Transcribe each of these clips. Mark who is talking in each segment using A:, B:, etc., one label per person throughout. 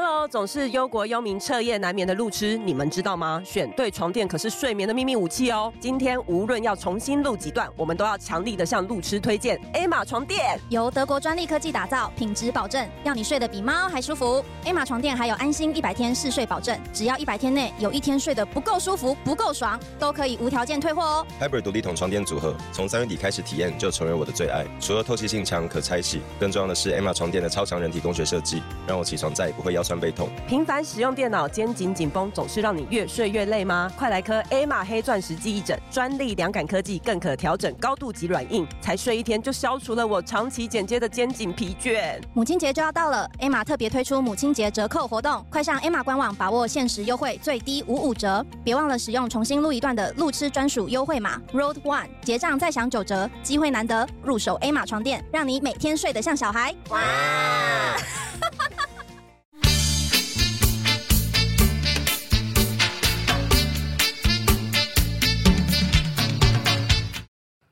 A: 喽，总是忧国忧民、彻夜难眠的路痴，你们知道吗？选对床垫可是睡眠的秘密武器哦。今天无论要重新录几段，我们都要强力的向路痴推荐 A 玛床垫。
B: 由德国专利科技打造，品质保证，让你睡得比猫还舒服。A 玛床垫还有安心一百天试睡保证，只要一百天内有一天睡得不够舒服、不够爽，都可以无条件退货哦。
C: Hybrid 独立筒床垫组合，从三月底开始体验就成为我的最爱。除了透气性强、可拆洗，更重要的是 Emma 床垫的超强人体工学设计，让我起床再也不会腰酸背痛。
A: 频繁使用电脑，肩颈紧绷，总是让你越睡越累吗？快来颗 A 玛黑钻石记忆枕，专利凉感科技，更可调整高度及软硬，才睡一天就消除了我长期剪接的肩颈疲倦。
B: 母亲节就要到了，A 玛特别推出母亲节折扣活动，快上 A 玛官网把握限时优惠，最低五五折。别忘了使用重新录一段的路痴专属优惠码 Road One，结账再享九折，机会难得，入手 A 玛床垫，让你每天睡得像小孩。哇！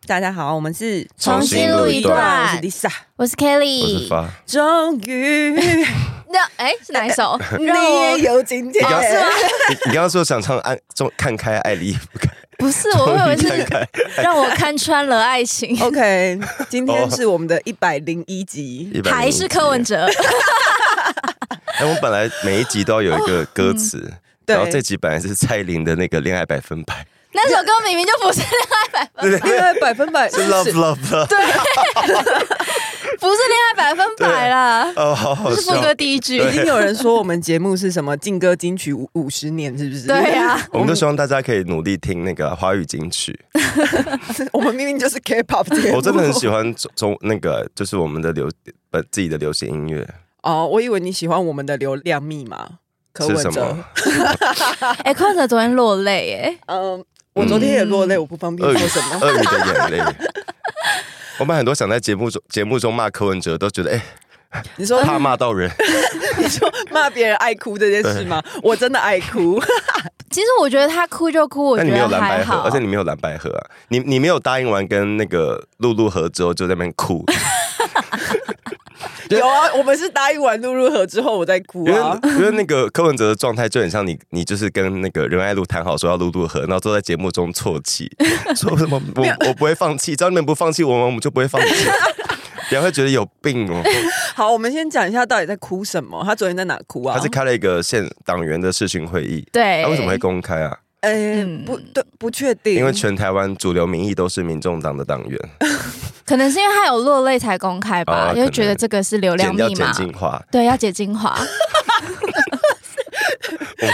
A: 大家好，我们是
C: 重新录一
A: 我
C: 段
A: 是 Lisa，
C: 我
D: 我是
C: 是
D: Kelly。
C: 发，
A: 终 于
D: 那哎、是哪一首？
A: 你
D: 让我
A: 也有今天，
C: 哦是你你刚刚说想唱爱中看开爱的衣服，
D: 不是，我以为
C: 终于
D: 是
C: 看
D: 让我看穿了爱情，
A: OK，今天是我们的一百零一集。
C: 开
D: 还是柯文。哲？
C: 哎，我本来每一集都要有一个歌词，
D: 嗯
A: 对
C: 然后这集本来是蔡依林的那个恋爱百分百，
D: 那首歌明明就不是恋爱百分，
C: 对不
A: 因
C: 对？
A: 为百分百
C: 是 Love Love Love。对，
D: 不是恋爱百分百啦，
C: 哦，好好
D: 是
C: 笑
D: 副。歌第一句。
A: 已经有人说我们节目是什么劲歌金曲五五十年，是不是？
D: 对呀、
C: 我们都希望大家可以努力听那个华语金曲。
A: 我们明明就是 K-pop 节目。
C: 我真的很喜欢中中那个，就是我们的流呃自己的流行音乐
A: 哦，我以为你喜欢我们的流量密码柯
C: 是
A: 文
C: 什
A: 哲
C: 么。？
D: 哎、柯文哲昨天落泪哎、
A: 嗯，我昨天也落泪，我不方便
C: 鳄鱼
A: 说什么。
C: 鳄鱼的眼泪。我们很多想在节目中节目中骂柯文哲，都觉得哎、
A: 你说
C: 怕骂到人。
A: 你说骂别人爱哭这件事吗？我真的爱 哭。
D: 其实我觉得他哭就哭，我
C: 但
D: 觉
C: 你没有
D: 得
C: 蓝
D: 还
C: 白盒，
D: 好
C: 而且。你没有蓝白盒啊！你你没有答应完跟那个露露合之后就在那边哭，
A: 有啊，我们是答应完露露河之后我再哭
C: 因为
A: 啊。
C: 因为那个柯文哲的状态就很像你，你就是跟那个仁爱路谈好说要露露合，然后都在节目中啜泣，说什么我我不会放弃，只要你们不放弃我们，我们就不会放弃。别人会觉得有病哦。
A: 好，我们先讲一下到底在哭什么。他昨天在哪哭啊？
C: 他是开了一个县党员的视讯会议，
D: 对，
C: 他为什么会公开啊？
A: 呃，
D: 嗯
A: 不对，不确定，
C: 因为全台湾主流民意都是民众党的党员，
D: 可能是因为他有落泪才公开吧，
C: 哦
D: 因为觉得这个是流
C: 简
D: 量密
C: 要简
D: 码。
C: 进化，
D: 对，要解 精华。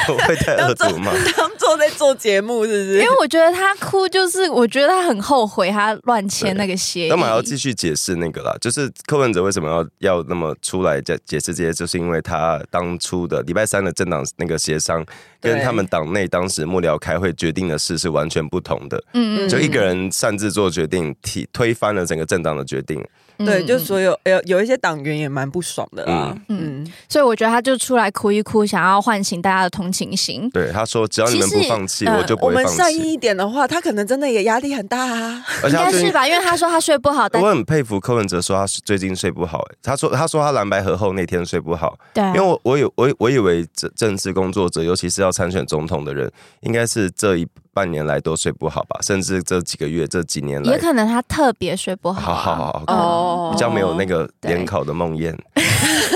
C: 我们会太恶 毒吗？
A: 当做在做节目，是不是？
D: 因为我觉得他哭，就是我觉得他很后悔，他乱签那个协议。
C: 那我们还要继续解释那个啦，就是柯文哲为什么要要那么出来解解释这些，就是因为他当初的礼拜三的政党那个协商，
A: 对
C: 跟他们党内当时幕僚开会决定的事是完全不同的，
D: 嗯
C: 就一个人擅自做决定，提推翻了整个政党的决定。
D: 嗯
A: 对，就
D: 嗯
A: 所有有有一些党员也蛮不爽的啦。嗯，
D: 所以我觉得他就出来哭一哭，想要唤醒大家的同情心。
C: 对，他说只要你们不
D: 其实
C: 放弃，
D: 呃
C: 我就不
A: 我
C: 会
A: 们
C: 放
A: 善
C: 弃。
A: 意一点的话，他可能真的也压力很大啊。
C: 而且
D: 应
C: 他
D: 该
C: 最
D: 是
C: 近
D: 吧，因为他说他睡不好，但
C: 我很佩服柯文哲说他最近睡不好、欸，他说他说他蓝白合后那天睡不好，
D: 对啊
C: 因为我我有我我以为政政治工作者，尤其是要参选总统的人，应该是这一半年来都睡不好吧，甚至这几个月这几年
D: 也
C: 来，
D: 可能他特别睡不好
C: 好
D: 啊。
C: 好好好，
A: 哦
C: 比较没有那个
D: 对嗯
C: 联考的梦魇，
D: 可是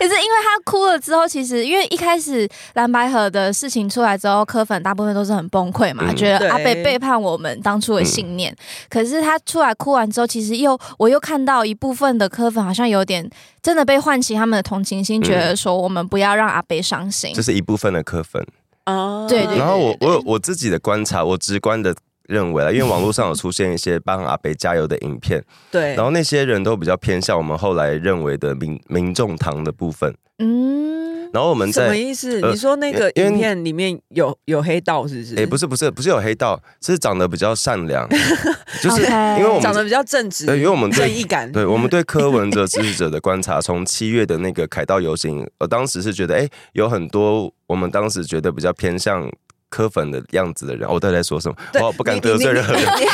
D: 因为他哭了之后，其实因为一开始蓝白河的事情出来之后，柯粉大部分都是很崩溃嘛，
C: 嗯
D: 觉
A: 对
D: 得阿啊北背叛我们当初的信念。可是他出来哭完之后，其实又我又看到一部分的柯粉好像有点真的被唤起他们的同情心，
C: 嗯
D: 觉得说我们不要让阿北伤心
C: 就。是一部分的柯粉。
A: 啊，
D: 对对
C: 然后我
D: 对
C: 我有我自己的观察，我直观的认为啊，因为网络上有出现一些帮阿北加油的影片，
A: 对
C: 然后那些人都比较偏向我们后来认为的民民众堂的部分。
D: 嗯，
C: 然后我们
A: 什么
C: 在
A: 意思？
C: 呃
A: 你说那个
C: 因为
A: 影片里面有有黑道是不是？
E: 嗯
C: 诶，不
A: 是，
C: 是不是不是有黑道，是长得比较善良，就是因
D: OK
C: 为我
A: 长得
C: 们
A: 比较正直，
C: 对，因为我们
A: 正
C: 对
A: 义感。
C: 对我们对柯文哲支持者的观察， 从七月的那个凯道游行，我当时是觉得诶，有很多我们当时觉得比较偏向。柯粉的样子的人，哦我到底在说什么？
A: 对
C: 我不敢
A: 你
C: 得罪 任何人。
A: 你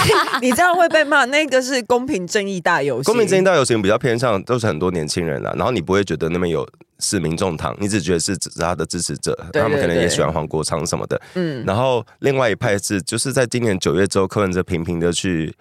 A: 你你这样会被骂。那个是公平正义大游行，
C: 公民正义大游行比较偏向都是很多年轻人啦，然后你不会觉得那边有是民众党，你只觉得是只是他的支持者，
E: 对
C: 他们可能
E: 对
C: 也
E: 对
C: 喜欢黄国昌什么的。
E: 嗯，
C: 然后另外一派是，就是在今年九月之后，柯文哲频频的去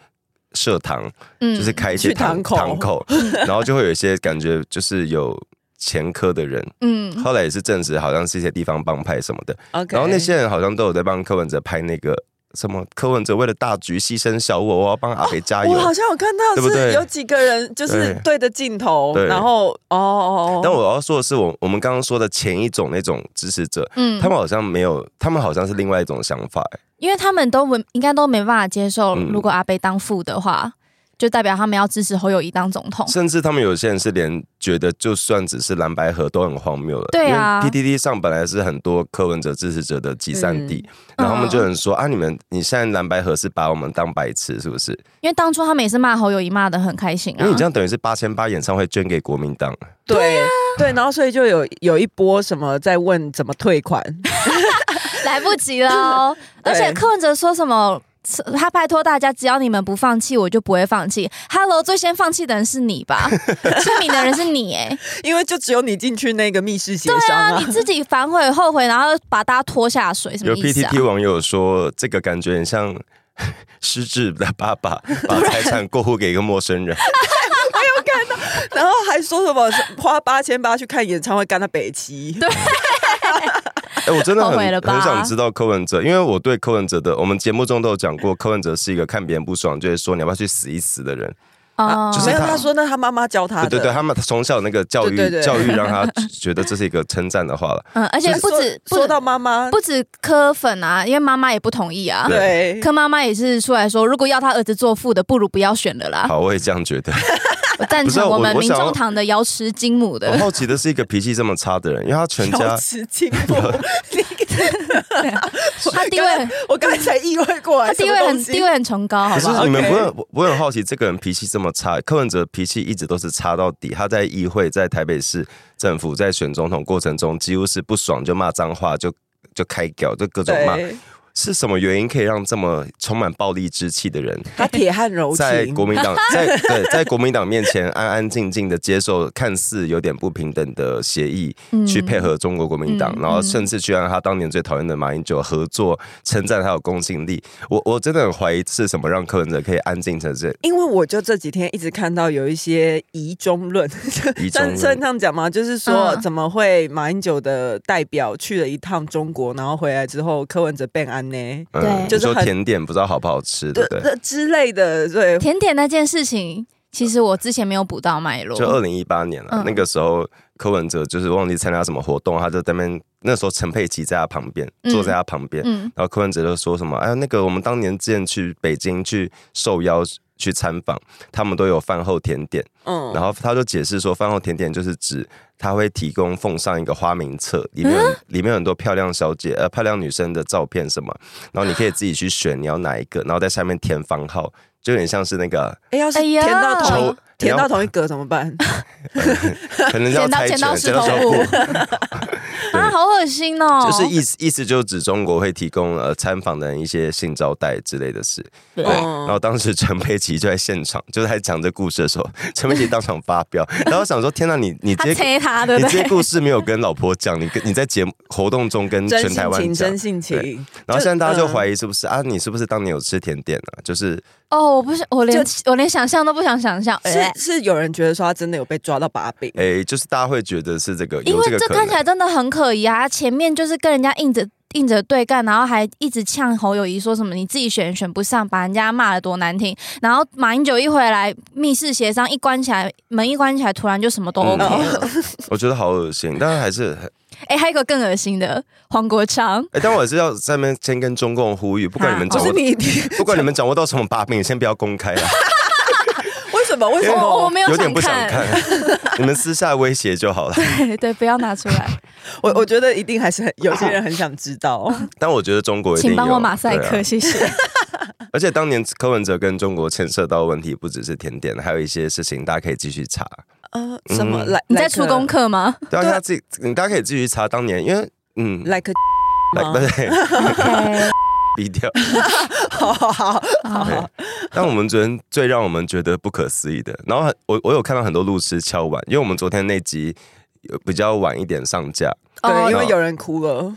C: 设堂，
D: 嗯
C: 就是开一些
E: 去
C: 堂
E: 堂口
C: 堂 口，然后就会有一些感觉就是有前科的人，
D: 嗯
C: 后来也是证实好像是一些地方帮派什么的，
E: OK
C: 然后那些人好像都有在帮柯文哲拍那个什么柯文哲为了大局牺牲小我，我要帮阿北加油。
E: 哦我好像有看到
C: 对不
E: 是
C: 对
E: 有几个人就是
C: 对
E: 对着镜头，
C: 对
E: 然后哦哦哦，
C: 但我要说的是，我我们刚刚说的前一种那种支持者，
D: 嗯
C: 他们好像没有，他们好像是另外一种想法、欸
D: 因为他们都没应该都没办法接受，
C: 嗯
D: 如果阿贝当副的话，就代表他们要支持侯友谊当总统。
C: 甚至他们有些人是连觉得就算只是蓝白河都很荒谬了。
D: 对啊
C: 因为 PTT 上本来是很多柯文哲支持者的集散地，
D: 嗯
C: 然后他们就有人说、啊，你们你现在蓝白河是把我们当白痴是不是？
D: 因为当初他们也是骂侯友谊骂的很开心
C: 因为
D: 啊
C: 你这，样等于是八千八演唱会捐给国民党，
E: 对
C: 啊
E: 对，然后所以就有有一波什么在问怎么退款，
D: 来不及了哦。
E: 对
D: 而且柯文哲说什么？他拜托大家，只要你们不放弃，我就不会放弃。Hello，最先放弃的人是你 吧？出名的人是你哎、
E: 因为就只有你进去那个密室协
D: 对
E: 商
D: 啊，你自己反悔后悔，然后把大家拖下水，什
C: 有
D: 么意思啊？
C: PTT 网友说这个感觉很像失智的爸 爸把财产过户给一个陌生人。
E: 然后还说什么花八千八去看演唱会，干到北齐，对，
C: 哎、我真的
D: 后悔了
C: 很
D: 吧
C: 很想知道柯文哲，因为我对柯文哲的，我们节目中都有讲过，柯文哲是一个看别人不爽就会说你要不要去死一死的人。
D: 哦
C: 啊就是
E: 没有
C: 他
E: 他说那他妈妈教他
C: 对
E: 的，
C: 对对，他们从小那个教育
E: 对对对
C: 教育让他觉得这是一个称赞的话了。
D: 嗯，而且不止
E: 说
D: 不
E: 说到妈妈，
D: 不止柯粉啊，因为妈妈也不同意 啊。
E: 对，
D: 柯妈妈也是出来说，如果要他儿子做副的，不如不要选了啦。
C: 好，我也这样觉得。
D: 我赞
C: 不是啊
D: 成
C: 我
D: 我们
C: 我
D: 民
C: 想要
D: 众党的瑶池金母
C: 我
D: 的。
C: 好奇的是，一个脾气这么差的人，因为他全家
E: 瑶池金母，你
D: 他地位，
E: 我刚才意外过来，
D: 他地
E: 什么
D: 位
E: 东
D: 很
E: 西
D: 地位很崇高，
C: 可
D: 好不
C: 是
D: 好？
C: 你们
E: OK
C: 不会，我我很好奇，这个人脾气这么差，柯文哲脾气一直都是差到底。他在议会、在台北市政府、在选总统过程中，几乎是不爽就骂脏话，就就开屌，就各种骂。
E: 对，
C: 是什么原因可以让这么充满暴力之气的人，
E: 他铁汉柔
C: 在
E: 情，
C: 国民 党在对在国民党面前安安静静的接受看似有点不平等的协议，去配合中国国民党，
D: 嗯
C: 然后甚至去让他当年最讨厌的马英九合作，称赞他有公信力。我我真的很怀疑是什么让柯文哲可以安静成这
E: 因为我就这几天一直看到有一些疑中论，
C: 疑中论
E: 算 算这样讲吗？就是说，
D: 嗯
E: 怎么会马英九的代表去了一趟中国，然后回来之后，柯文哲被安呢？
C: 嗯，
E: 就是
C: 说
E: 很
C: 甜点不知道好不好吃，对不对？
E: 这之类的，对，
D: 甜点那件事情，其实我之前没有补到脉
C: 就二
D: 络。
C: 零一八年了、
D: 嗯
C: 那个时候柯文哲就是忘记参加什么活动，他就在那边那时候陈佩琪在他旁边，
D: 嗯
C: 坐在他旁边，
D: 嗯，
C: 然后柯文哲就说什么：“哎呀，那个我们当年之前去北京去受邀去参访，他们都有饭后甜点。
E: 嗯
C: 然后他就解释说，饭后甜点就是指他会提供奉上一个花名册，里面
D: 嗯
C: 有、里面有很多漂亮小姐呃漂亮女生的照片什么，然后你可以自己去选你要哪一个，然后在下面填番号，就有点像是那 个
E: 哎，要是
D: 哎呀
E: 填到同一
C: 抽。”
E: 填
C: 你
E: 到
C: 要
E: 同一格怎么办？
C: 可能要
D: 剪刀
C: 猜拳，
D: 剪刀石头
C: 剪
D: 布
C: 布，对
D: 啊，好恶心哦！
C: 就是意思意思就是指中国会提供呃参访的人一些性招待之类的事。对，
E: 嗯
C: 然后当时陈佩琪就在现场，就是在讲这故事的时候， 陈佩琪当场发 飙，然后我想说天哪，你你
D: 他
C: 这
D: 切他，对
C: 你
D: 不
C: 这
D: 对？
C: 故事没有跟老婆讲，你跟你在节目活动中跟
E: 真
C: 全台
E: 性
C: 湾
E: 情，
C: 讲
E: 真。性情，
C: 然后现在大家就怀
E: 疑，
C: 疑
D: 嗯
C: 是不是、啊？你是不是当年有吃甜点啊？就是
D: 哦，我不是，我连
E: 就
D: 我连想象都不想想象。
E: 嗯
D: 哎
E: 是是有人觉得说他真的有被抓到把柄，
C: 诶，就是大家会觉得是这个，
D: 因
C: 有这
D: 为
C: 个
D: 这
C: 可
D: 看起
C: 能。
D: 来真的很可疑啊！前面就是跟人家硬着硬着对干，然后还一直呛侯友谊说什么你自己选选不上，把人家骂的多难听。然后马英九一回来，密室协商一关起来，门一关起来，突然就什么都 OK 了。哎、
C: 我觉得好恶心，但是还是很
D: 还有一个更恶心的，黄国昌。
C: 诶，但我还是要在那边先跟中共呼吁，不管你们
D: 啊
E: 不
C: 掌握
E: 是你，你
C: 不管你们掌握到什么把柄，先不要公开啊，
E: 为什么？为什
C: 因为嗯
D: 我哦我
E: 么？
D: 没有
C: 哎有点
D: 想
C: 不想
D: 看，
C: 看， 你们私下威胁就好了。
D: 对对，不要拿出来，
E: 我我觉得一定还是很有些人很想知 道。
C: 但我觉得中国一定
D: 请帮
C: 有
D: 我马赛克，
C: 对啊
D: 谢 谢。
C: 而且当年柯文哲跟中国牵涉到的问题，不只是甜点，还有一些事情大家可以继续查。
E: 呃，什么
C: 嗯
E: 来？
D: 你在
E: like
D: 出功课吗？
C: 对啊，
E: 对啊
C: 他自己，你大家可以继续查当年，因为嗯，
E: ？like
C: 来不
E: 吗？
C: 对，逼 掉。
E: 好好好，
D: 好
C: 对，但我们昨天最让我们觉得不可思议的，然后很我我有看到很多路痴敲碗，因为我们昨天那集有比较晚一点上架，
E: 对，因
D: 哦
E: 为有人哭了，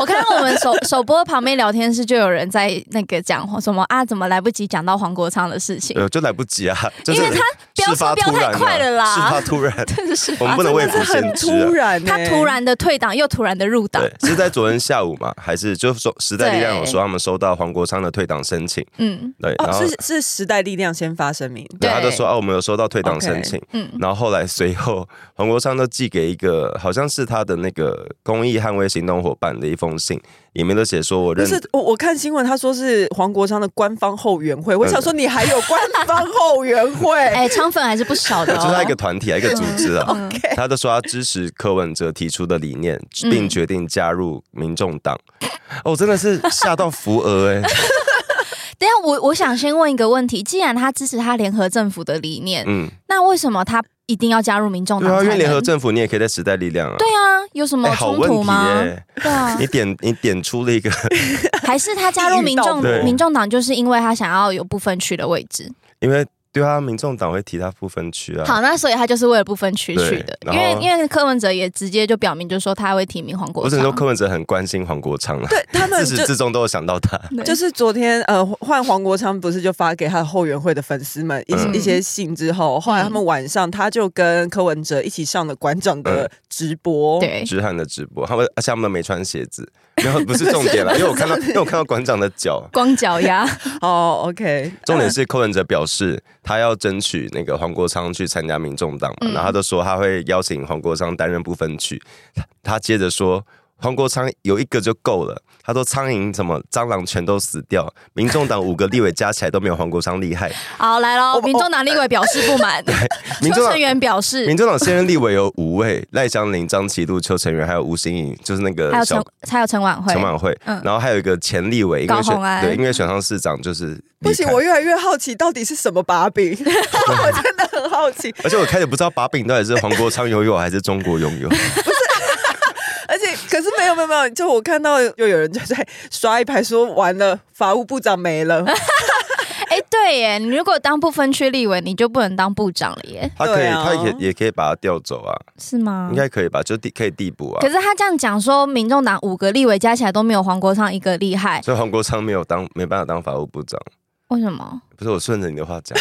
D: 我看到我们首首播旁边聊天室就有人在那个讲什么啊，怎么来不及讲到黄国昌的事情？
C: 呃，就来不及啊，就是
D: 因为他
C: 事发
D: 飙车
C: 突
D: 飙
C: 然啊
D: 太快了啦
C: 事发突 然，
D: 是
C: 我们不能为
E: 真
C: 赋
E: 的是
C: 先
E: 很
C: 知啊
E: 突。然欸，
D: 他突然的退档，又突然的入档，
C: 对，是在昨天下午嘛？还是就说时代力量有说他们收到黄国昌的退党申请，
D: 嗯
C: 对，然
E: 哦，
C: 后、
E: 是是时代力量先发声明，
C: 对他就
D: 对
C: 说啊，我们有收到退党
E: OK
C: 申请，
D: 嗯，
C: 然后后来随后黄国昌都寄给一个好像是他的那个公益捍卫行动伙伴的一封信，里面都写说我
E: 不
C: 认
E: 是我我看新闻，他说是黄国昌的官方后援会，我想说你还有官方后援会，
D: 哎，昌粉还是不少的、
C: 就
D: 哦，
C: 是他一个团体啊，一 个组织啊，
D: 嗯
C: 他就说他支持柯文哲提出的理念，并决定加入民众党。哦，真的是吓到扶额哎、
D: 等一下我我想先问一个问题，既然他支持他联合政府的理念，
C: 嗯，
D: 那为什么他一定要加入民众
C: 对
D: 党
C: 啊，
D: 才
C: 因
D: 能？
C: 为联合政府你也可以在时代力量啊。
D: 对啊，有什
C: 哎、
D: 么
C: 好
D: 冲
C: 问
D: 突
C: 题
D: 吗？
C: 哎、
D: 对啊
C: 你，点你点出了一个，
D: 还是他加入民
C: 地
D: 众
C: 狱道德
D: 民众党，就是因为他想要有不分区的位置。
C: 因为对啊，民众党会提他不分区啊。
D: 好，那所以他就是为了不分区去的，因
C: 对然
D: 为
C: 后
D: 因为柯文哲也直接就表明，就说他会提名黄国
C: 我只
D: 昌
C: 能。说柯文哲很关心黄国昌啊，
E: 对他 们
C: 自始
E: 就
C: 至终都有想到他。
D: 对
E: 就是昨天呃，换黄国昌不是就发给他的后援会的粉丝们一、
D: 嗯
E: 一些信之后，后来他们晚上他就跟柯文哲一起上了馆长的
C: 嗯
E: 直播，
D: 对，
C: 直汉的直播，他们而且他们没穿鞋子，然后不是重点了，因为我看到，因为我看到馆长的脚。
D: 光脚丫，
E: 哦，OK，
C: 重点是柯文哲表示他要争取那个黄国昌去参加民众党嘛，
D: 嗯
C: 然后他就说他会邀请黄国昌担任不分区。他他接着说，黄国昌有一个就够了。他说苍蝇什么蟑螂全都死掉，民众党五个立委加起来都没有黄国昌厉害。
D: 好来喽！
E: 我
D: 民众党立委表示不满，
C: 民
D: 邱
C: 众党
D: 成员表示
C: 民，众党现任立委有五位：赖香林、张其禄、邱成元，还有吴欣颖，就是那个
D: 还有
C: 小
D: 陈还有陈婉慧
C: 陈，晚会，
D: 嗯
C: 然后还有一个前立委，因
D: 高
C: 为选
D: 虹安
C: 对，因为选上市长就是离
E: 不行，
C: 开
E: 我越来越好奇到底是什么把柄， 我真的很好奇。
C: 而且我开始不知道把柄到底是黄国昌拥有还是中国拥 有，
E: 而且可是没有没有没有，就我看到又有人就在刷一排说完了，法务部长没了，
D: 哎，对耶，你如果当不分区立委，你就不能当部长了耶，
C: 他可以，
E: 对啊，
C: 他也也可以把他调走啊，
D: 是吗
C: 应？该可以吧？就地可以递补啊
D: 嗯可。是他这样讲说，民众党五个立委加起来都没有黄国昌一个厉害，
C: 所以黄国昌没有当，没办法当法务部长。
D: 为什么？
C: 不是我顺着你的话 讲，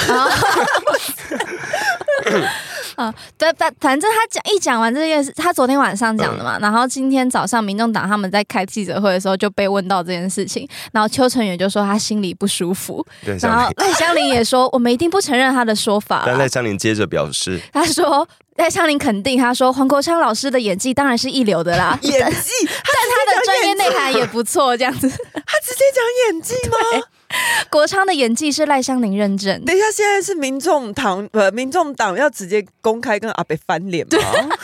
D: 啊，对，反反正他讲一讲完这件事，他昨天晚上讲的
C: 嗯
D: 嘛，然后今天早上民众党他们在开记者会的时候就被问到这件事情，然后邱成远就说他心里不舒服，
C: 对，
D: 然
C: 香
D: 后
C: 林，
D: 赖香林也说我们一定不承认他的说法
C: 但
D: 啦
C: 赖香林接着表示，
D: 他说赖香林肯定，他说黄国昌老师的演技当然是 一流的 啦
E: 演技，
D: 但他的专业内涵也不错，这样子，
E: 他直接讲演技 吗？
D: 国昌的演技是赖香林认证。
E: 等一下，现在是民众党呃，民众党要直接公开跟阿北翻脸
D: 啊
E: 吗？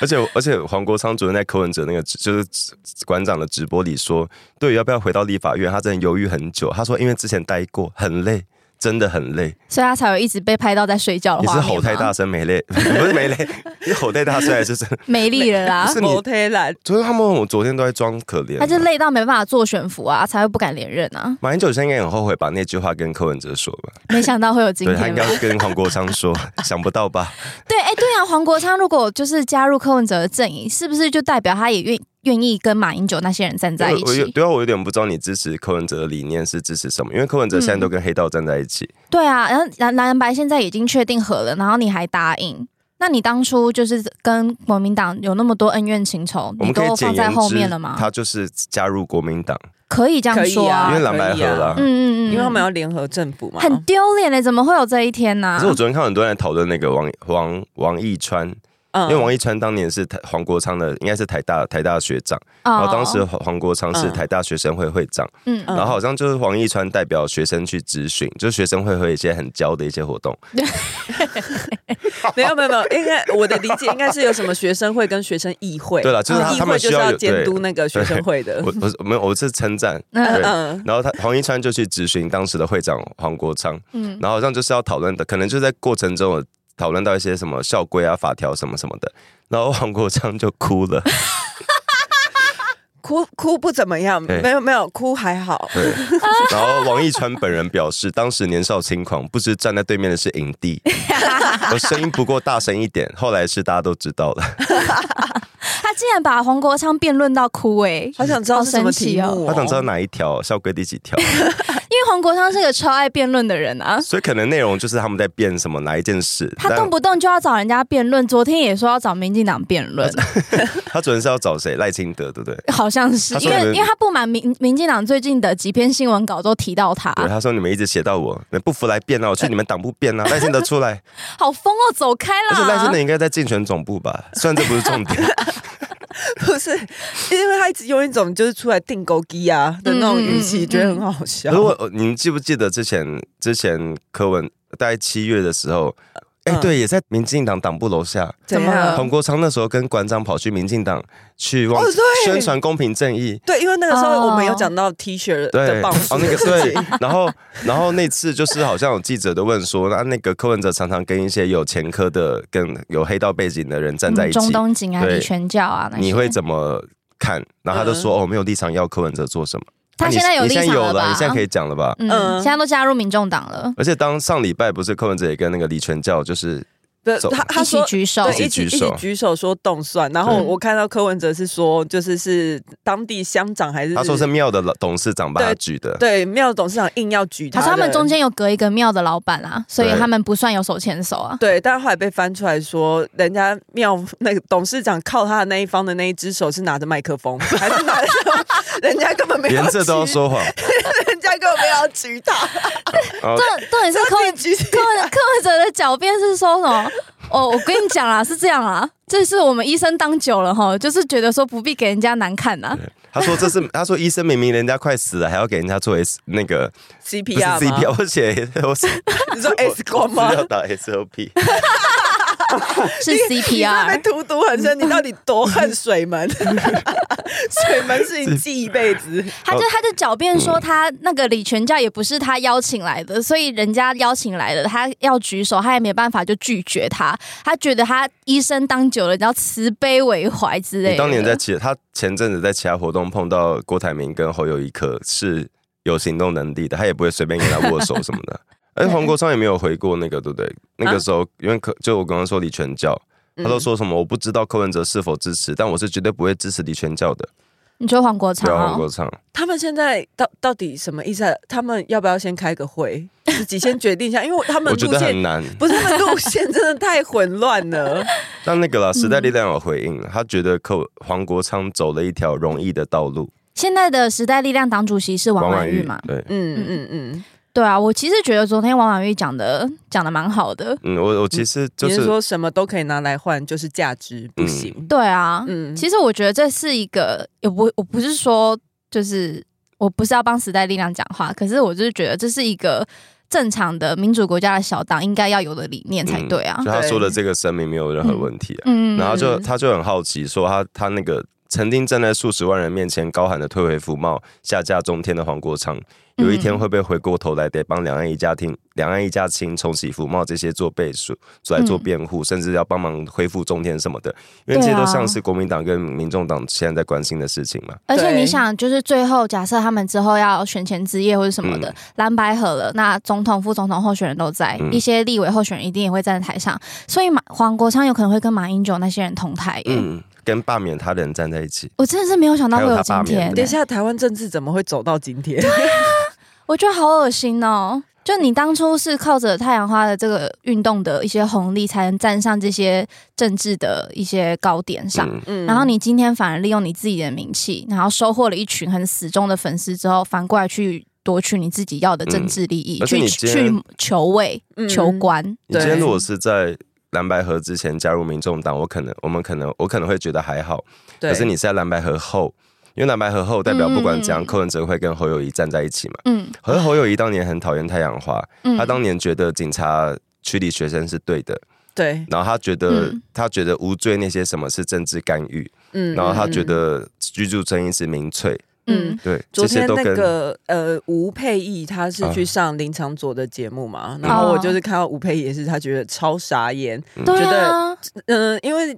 C: 而且而且黄国昌主任在柯文哲那个直就是直馆长的直播里说，对于要不要回到立法院，他真的犹豫很久。他说因为之前待过，很累。真的很累，
D: 所以他才有一直被拍到在睡觉的
C: 你
D: 哦画
C: 是
D: 面
C: 吼太
D: 吗
C: 大声没累， 不是没累，你吼太大声还是真的？
D: 没力了啦
C: 不，是你
E: 某天来
C: 就是他们，我昨天都在装可怜。
D: 他就累到没办法做选服啊，才会不敢连任啊。
C: 马英九现在应该很后悔把那句话跟柯文哲说吧，
D: 没想到会有今
C: 对他
D: 天
C: 应
D: 吧
C: 该？要跟黄国昌说， 想不到吧？
D: 对，哎、对啊，黄国昌如果就是加入柯文哲的阵营，是不是就代表他也愿愿意跟马英九那些人站在一
C: 我我有
D: 起？
C: 对啊，我有点不知道你支持柯文哲的理念是支持什么，因为柯文哲现在都跟黑道站在一起，
D: 对啊，然后蓝蓝白现在已经确定和了，然后你还答应。那你当初就是跟国民党有那么多恩怨情仇，
C: 我
D: 你
C: 们可以
D: 都
C: 简
D: 放在
C: 言
D: 后面
C: 之
D: 了，吗？
C: 他就是加入国民党，
D: 可以这样说
E: 啊
C: 因
E: 可以
C: 为蓝白合了啊。
D: 嗯嗯嗯，
E: 因为他们要联合政府嘛。
D: 很丢脸欸嘞，怎么会有这一天呢、
C: 可是我昨天看很多人在讨论那个王王王义川，因为王
E: 一
C: 义川当年是台黄国昌的，应该是台大台大学长，
D: 哦
C: 然后当时黄国昌是
E: 嗯
C: 台大学生会会长，
D: 嗯
E: 嗯
C: 然后好像就是黄义川代表学生去咨询，就是学生会会有一些很焦的一些活动，
E: 没有没有没有，应该我的理解应该是有什么学生会跟学生议会，嗯
C: 对啦就是他
E: 议
C: 他
E: 会
C: 们
E: 就是
C: 需要有
E: 监督那个学生会的
C: 我。我是没有，我是称赞。对
D: 嗯
E: 嗯，
C: 然后他黄一川就去咨询当时的会长黄国昌，
D: 嗯
C: 然后好像就是要讨论的，可能就在过程中有讨论到一些什么校规啊、法条什么什么的，然后黄国昌就哭了。
E: 哭哭不怎么样，
C: 对
E: 没有没有哭还好。
C: 对，然后王一川本人表示，当时年少轻狂，不知站在对面的是影帝， 我声音不过大声一点，后来是大家都知道了。
D: 他竟然把黄国昌辩论到哭哎、
E: 好想知道是什么题目、哦
C: 我想知道哪一条校规第几 条，
D: 因为黄国昌是个超爱辩论的人啊，
C: 所以可能内容就是他们在辩什么哪一件事。
D: 他
C: 但
D: 动不动就要找人家辩论，昨天也说要找民进党辩论，
C: 他昨天是要找谁？赖清德对不对？
D: 好像是
C: 他
D: 因
C: 说
D: 为
C: 你们
D: 因为他不满民民进党最近的几篇新闻稿都提 到他，
C: 对，他说你们一直写到我，你们不服来 辩啊，我去你们党部辩啊，赖清德出来。
D: 好疯哦，走开
C: 而且赖清
D: 啦
C: 德！应该在竞选总部吧？虽然这不是重 点，
D: 啊
E: 不是，因为他一直用一种就是出来定勾机啊的那种语气，
D: 嗯嗯嗯
E: 觉得很好笑。
C: 如果你们记不记得之前之前柯文大概七月的时候，哎、
E: 嗯
C: 对，也在民进党党部楼下，
E: 怎么
D: 嗯
E: 了？
C: 洪国昌那时候跟馆长跑去民进党去往
E: 哦对
C: 宣传公平正义。
E: 对，因为那个时候
D: 哦
E: 我们有讲到 T 恤
C: 对，
E: 的棒
C: 哦，
E: 数
C: 那
E: 的
C: 个
E: 事
C: 对
E: 情，，
C: 然后然后那次就是好像有记者都问说，那那个柯文哲常常跟一些有前科的、跟有黑道背景的人站在一
D: 嗯中
C: 起，
D: 东警啊，
C: 对
D: 李全教啊那些，嗯
C: 你会怎么看？然后他就说，哦，没有立场要柯文哲做什么。
D: 他
C: 那你
D: 现在有
C: 你
D: 立
C: 现在
D: 场
C: 有
D: 吧？
C: 你现在可以讲了吧？
D: 嗯，
E: 嗯
D: 现在都加入民众党了，
C: 而且当上礼拜不是柯文哲也跟那个李全教就是
E: 对
C: 走
E: 他他
D: 一起
E: 说。
D: 举手，
E: 对，
C: 一起
E: 一起
C: 举
E: 一
C: 手
E: 起举手说动算，然后
C: 对
E: 我看到柯文哲是说，就是是当地乡长还是
C: 他说是庙的老董事长把他
E: 对
C: 举的，
E: 对庙董事长硬要举他
D: 可
E: 的，
D: 是他们中间有隔一个庙的老板啊，所以他们不算有手牵手啊。
E: 对，但后来被翻出来说，人家庙那个董事长靠他的那一方的那一只手是拿着麦克风，还是 拿着什么，人家根本没有
C: 连这都要
E: 举
C: 说谎。
E: 人家根本没有要举 他，
C: 然后
D: 重重点是柯 文
E: 自己举起
D: 柯文柯文哲的狡辩是说什么？哦，我跟你 讲啦，是这样啦，这是我们医生当久了哈，就是觉得说不必给人家难看呐。
C: 他说这是 他说医生明明人家快死了，还要给人家做 S 那个不是
E: CPR 吗
C: CPR，我写我写
E: 你说 S 光吗
C: 我？要打 SOP。
D: 是
E: 你被
D: CPR。
E: 荼毒很深，你到底多恨水门？ 水门是你记一辈子。
D: 他
C: 哦
D: 就他就狡辩说他那个李全教也不是他邀请来的，所以人家邀请来的，他要举手，他也没办法就拒绝他。他觉得他医生当久了，你要慈悲为怀之类
C: 你
D: 的。
C: 当年在其他前阵子在其他活动碰到郭台铭跟侯友谊，可是有行动能力的，他也不会随便跟他握手什么 的。而且黄国昌也没有回过那个，对不对？那个时候因为柯就我刚刚说李全教，
E: 嗯
C: 他都说什么我不知道柯文哲是否支持，但我是绝对不会支持李全教的，
D: 你说黄国昌
C: 不要
D: 哦
C: 啊黄国昌。
E: 他们现在到到底什么意思啊？他们要不要先开个会，自己先决定一下？因为他们
C: 我觉
E: 路
C: 得
E: 线
C: 很难。
E: 不是他们路线真的太混乱了。
C: 但那个
E: 嗯
C: 啦，时代力量有回应，他觉得柯黄国昌走了一条容易的道路。
D: 现在的时代力量党主席是王婉玉嘛？
C: 对，
E: 嗯嗯嗯，
D: 对啊，我其实觉得昨天王婉玉讲的讲的蛮好的。
C: 嗯，我我其实就
E: 你
C: 是
E: 是说什么都可以拿来换，就是价值不行？
D: 对啊，
E: 嗯，
D: 其实我觉得这是一个，也不，我不是说就是我不是要帮时代力量讲话，可是我就是觉得这是一个正常的民主国家的小党应该要有的理念才对啊
C: 就。他
E: 对
C: 说的这个声明没有任何问题啊。
D: 嗯，
C: 嗯然后就
E: 嗯
C: 他就很好奇，说他他那个曾经站在数十万人面前高喊的退回服贸、下架中天的黄国昌，
D: 嗯
C: 有一天会不会回过头来得帮两岸一家亲、两岸一家亲重启服贸这些做背书，来
E: 嗯
C: 做辩护，甚至要帮忙恢复中天什么的，因为这些
D: 对
C: 都
D: 啊
C: 像是国民党跟民众党现在在关心的事情嘛。
D: 而且
E: 对
D: 你想，就是最后假设他们之后要选前之夜或者什么的，
C: 嗯
D: 蓝白合了，那总统、副总统候选人都在，
C: 嗯
D: 一些立委候选人一定也会站在台上，所以马黄国昌有可能会跟马英九那些人同台耶。
C: 嗯，跟罢免他的人站在一起，
D: 我真的是没有想到会有
C: 还
D: 今
C: 有他罢
D: 天
C: 免，
E: 等一下，台湾政治怎么会走到今天？
D: 我觉得好恶心哦！就你当初是靠着太阳花的这个运动的一些红利，才能站上这些政治的一些高点上。
C: 嗯，
E: 嗯
D: 然后你今天反而利用你自己的名气，然后收获了一群很死忠的粉丝之后，反过来去夺取你自己要的政治利益，
C: 嗯而且
D: 去
C: 你今天
D: 去求位、
E: 嗯
D: 求官。
C: 你今天
E: 对
C: 如果是在蓝白河之前加入民众党，我可能我们可能我可能会觉得还好，
E: 嗯对
C: 可是你是在蓝白河后，因为蓝白河后代表不管怎
D: 嗯嗯
C: 样，
D: 嗯
C: 柯文哲会跟侯友谊站在一起嘛。
D: 嗯
C: 可是侯友谊当年很讨厌太阳花，
D: 嗯
C: 他当年觉得警察驱离学生是对的，
E: 对，
C: 然后他觉得
D: 嗯
C: 他觉得无罪那些什么是政治干预，
E: 嗯
C: 然后他觉得居住正义是民粹，
D: 嗯
C: 对，
E: 昨
C: 这些
E: 天
C: 都
E: 那
C: 跟
E: 个呃吴佩仪，她是去
C: 啊
E: 上林长佐的节目嘛，然后我就是看到吴佩仪也是，她觉得超傻眼。
D: 对啊，
E: 嗯、因为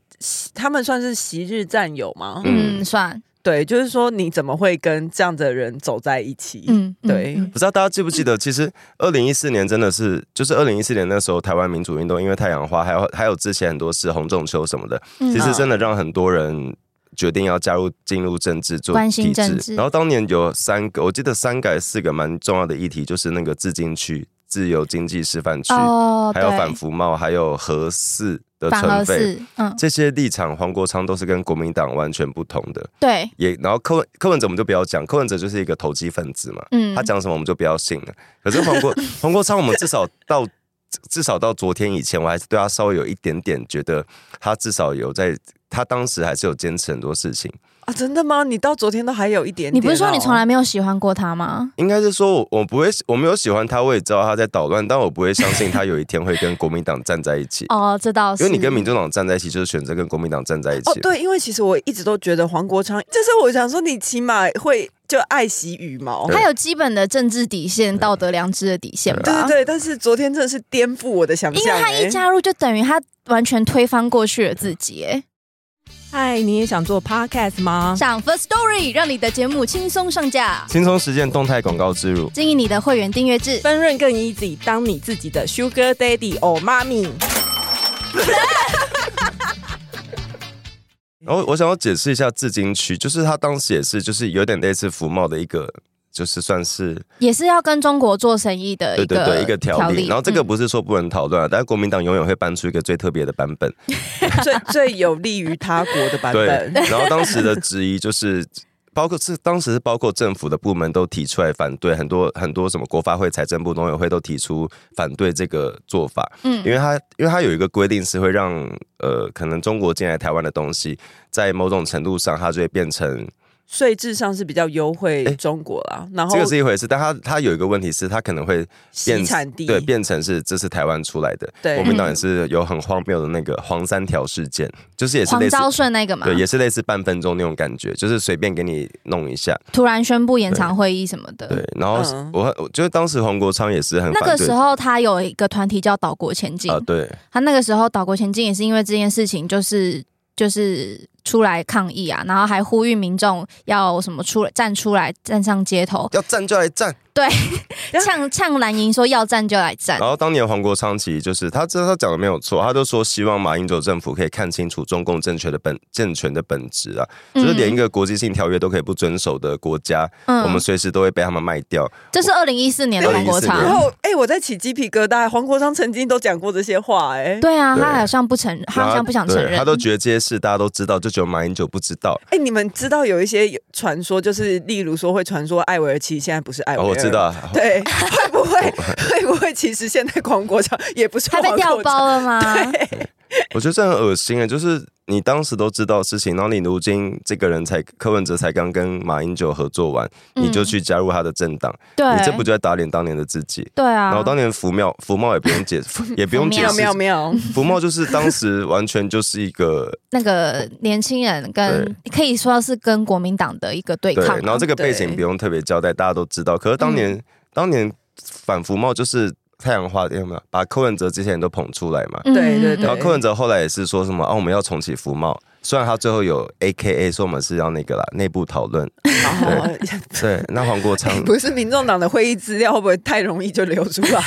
E: 他们算是昔日战友嘛，
C: 嗯
D: 嗯，算
E: 对，就是说你怎么会跟这样的人走在一起？
D: 嗯，嗯
E: 对
D: 嗯
C: 不知道大家记不记得，其实二零一四年真的是，就是二零一四年那时候台湾民主运动，因为太阳花，还有还有之前很多事，洪仲秋什么的，
D: 嗯
C: 其实真的让很多人决定要加入进入政治做
D: 关心
C: 体
D: 政
C: 制。
D: 治
C: 然后当年有三个，我记得三个还是四个蛮重要的议题，就是那个自禁区、自由经济示范区，
D: 哦，
C: 还有
D: 对
C: 反服贸，还有核四的
D: 反而
C: 存废。
D: 是嗯，
C: 这些立场，黄国昌都是跟国民党完全不同的。
D: 对，
C: 也，然后柯文柯文哲我们就不要讲，柯文哲就是一个投机分子嘛，
D: 嗯，
C: 他讲什么我们就不要信了。可是黄国黄国昌，我们至少到至少到昨天以前，我还是对他稍微有一点点觉得，他至少有在，他当时还是有坚持很多事情。
E: 啊，真的吗？你到昨天都还有一点点哦、
D: 你不是说你从来没有喜欢过他吗？。
C: 应该是说我我不会，我没有喜欢他，我也知道他在捣乱，但我不会相信他有一天会跟国民党站在一起
D: 哦，这倒是，
C: 因为你跟民众党站在一起，就是选择跟国民党站在一起。
E: 哦，对，因为其实我一直都觉得黄国昌，就是我想说你起码会就爱惜羽毛。
D: 他有基本的政治底线、道德良知的底线吧？
E: 对对对，但是昨天真的是颠覆我的想象、
D: 啊因为他一
E: 哎
D: 加入，就等于他完全推翻过去的自己。哎
F: 嗨，你也想做 podcast 吗？
D: 上 First Story 让你的节目轻松上架，
C: 轻松实践动态广告之路。
D: 经营你的会员订阅制。
F: 分润更 easy，当你自己的 Sugar Daddy 或妈咪。
C: 然后我想要解释一下自金区，就是他当时也是，就是有点类似服贸的一个，就是算是
D: 也是要跟中国做生意的
C: 对
D: 一
C: 对
D: 个
C: 对一个条例。然后这个
D: 嗯
C: 不是说不能讨论啊，但是国民党永远会搬出一个最特别的版本。
E: 最最有利于他国的版
C: 对
E: 本，，
C: 然后当时的质疑就是。包括是当时是包括政府的部门都提出来反对，很多很多什么国发会、财政部、农委会都提出反对这个做法，
D: 嗯
C: 因为它因为它有一个规定是会让呃可能中国进来台湾的东西，在某种程度上它就会变成
E: 税制上是比较优惠
C: 哎
E: 中国啦。然后
C: 这个是一回事，但它它有一个问题是它可能会
E: 洗
C: 变
E: 产地，
C: 对，变成是这是台湾出来的。
E: 对
C: 国民党也是有很荒谬的那个黄三条事件，就是也是类似
D: 黄昭顺那个嘛
C: 对，，也是类似半分钟那种感觉，就是随便给你弄一下。
D: 突然宣布延长会议什么的
C: 对。，然后
E: 嗯
C: 我我觉得当时黄国昌也是很
D: 呃那
C: 反
D: 个
C: 对
D: 时候他有一个团体叫岛国前进
C: 啊，，对，
D: 他那个时候岛国前进也是因为这件事情，就是就是出来抗议啊，然后还呼吁民众要什么出来站出来站上街头，
C: 要站就来站。
D: 呃
E: 啊
D: 呛呛蓝营说要站就来站
C: 然。后当年黄国昌其实就是他知道他讲的没有错，他就说希望马英九政府可以看清楚中共政权的本政权的本质啊，就是连一个国际性条约都可以不遵守的国家，
D: 嗯
C: 我们随时都会被他们卖掉。
D: 这是二零一四年的黄国
C: 2014
E: 然
D: 昌
C: 年。
E: 后哎、我在起鸡皮疙瘩。黄国昌曾经都讲过这些话、哎，
D: 对啊，
C: 对
D: 他好像不承，他好像不想承
C: 对
D: 认。
C: 他都觉得这些事大家都知道，就只有马英九不知道。
E: 哎、你们知道有一些传说，就是例如说会传说艾维尔其实现在不是
D: 哎
E: 艾
C: 哦，
E: 维尔、
C: 我知道。，
E: 对，会不会会不会其实现在黄国昌也不是
D: 他
E: 黄
D: 被
E: 国
D: 调
E: 昌
D: 包了吗？
C: 我觉得这很恶心啊！就是你当时都知道事情，然后你如今这个人才柯文哲才刚跟马英九合作完，
D: 嗯
C: 你就去加入他的政党，
D: 对，
C: 你这不就在打脸当年的自己？
D: 对啊。
C: 然后当年福茂福茂也不用解 也不用解
E: 妙
C: 释
E: 妙，妙！
C: 福茂就是当时完全就是一个
D: 那个年轻人跟可以说是跟国民党的一个 对
C: 对，
D: 抗啊。
C: 然后这个背景
D: 对嗯
C: 不用特别交代，大家都知道。可是当年、当年反服贸就是太阳花有没有把柯文哲这些人都捧出来嘛？
D: 嗯
E: 对对对
C: 然后柯文哲后来也是说什么啊，我们要重启服贸。虽然他最后有 A K A 说我们是要那个啦，内部讨论。
E: 然后
C: 对，那黄国昌
E: 不是民众党的会议资料，会不会太容易就流出 来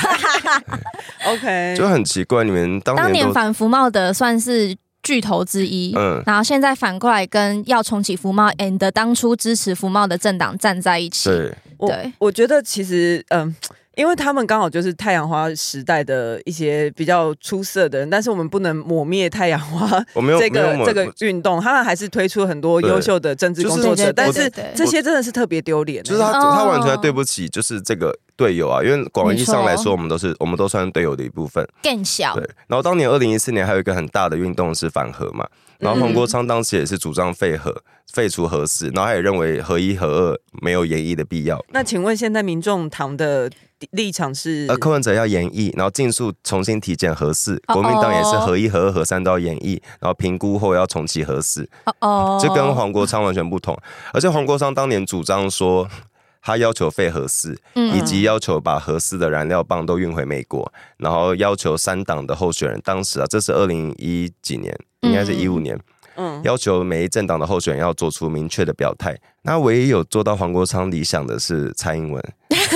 E: ？OK，
C: 就很奇怪，你们当
D: 当
C: 年
D: 年
C: 都
D: 反服贸的算是巨头之一，
C: 嗯
D: 然后现在反过来跟要重启服贸 and 当初支持服贸的政党站在一起，
C: 对
E: 我
D: 对
E: 我觉得其实嗯。因为他们刚好就是太阳花时代的一些比较出色的人，但是我们不能抹灭太阳花
C: 我没有
E: 这
C: 没有
E: 个
C: 抹
E: 这个运动，他们还是推出很多
C: 对
E: 优秀的政治
C: 就是
E: 工作者，
D: 对对对
E: 但是
D: 对对
E: 这些真的是特别丢脸欸。
C: 就是他、
D: 哦
C: 他完全对不起，就是这个队友啊，因为广义上来
D: 没
C: 说，
D: 错
C: 我们都是我们都算是队友的一部分。
D: 更小
C: 对，，然后当年二零一四年还有一个很大的运动是反核嘛，然后黄国昌当时也是主张废核、废除核四，然后他也认为核一核二没有演绎的必要，
E: 那请问现在民众党的立场是
C: 呃而柯文哲要演绎，然后尽速重新体检核四，
D: 哦
C: 国民党也是核一核二核三都要演绎，然后评估后要重启核四，
D: 哦哦，
C: 这跟黄国昌完全不同，而且黄国昌当年主张说。他要求废核四，
D: 嗯
C: 以及要求把核四的燃料棒都运回美国，然后要求三党的候选人，当时啊，这是二零一几年，应该是一五年，
E: 嗯嗯，
C: 要求每一政党的候选人要做出明确的表态。那唯一有做到黄国昌理想的是蔡英文。